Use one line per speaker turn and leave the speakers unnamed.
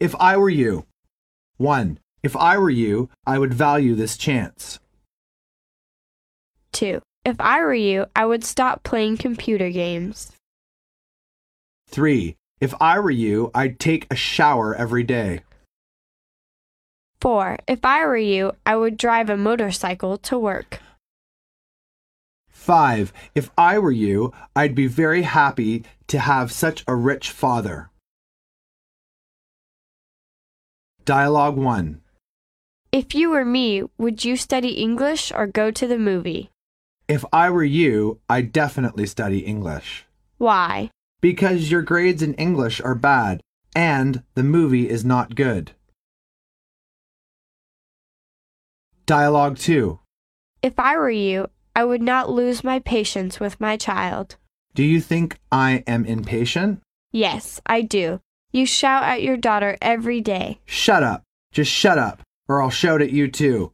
If I were you. 1. If I were you, I would value this chance.
2. If I were you, I would stop playing computer games.
3. If I were you, I'd take a shower every day.
4. If I were you, I would drive a motorcycle to work.
5. If I were you, I'd be very happy to have such a rich father. Dialogue 1.
If you were me, would you study English or go to the movie?
If I were you, I'd definitely study English.
Why?
Because your grades in English are bad, and the movie is not good. Dialogue 2.
If I were you, I would not lose my patience with my child.
Do you think I am impatient?
Yes, I do. You shout at your daughter every day.
Shut up. Just shut up, or I'll shout at you too.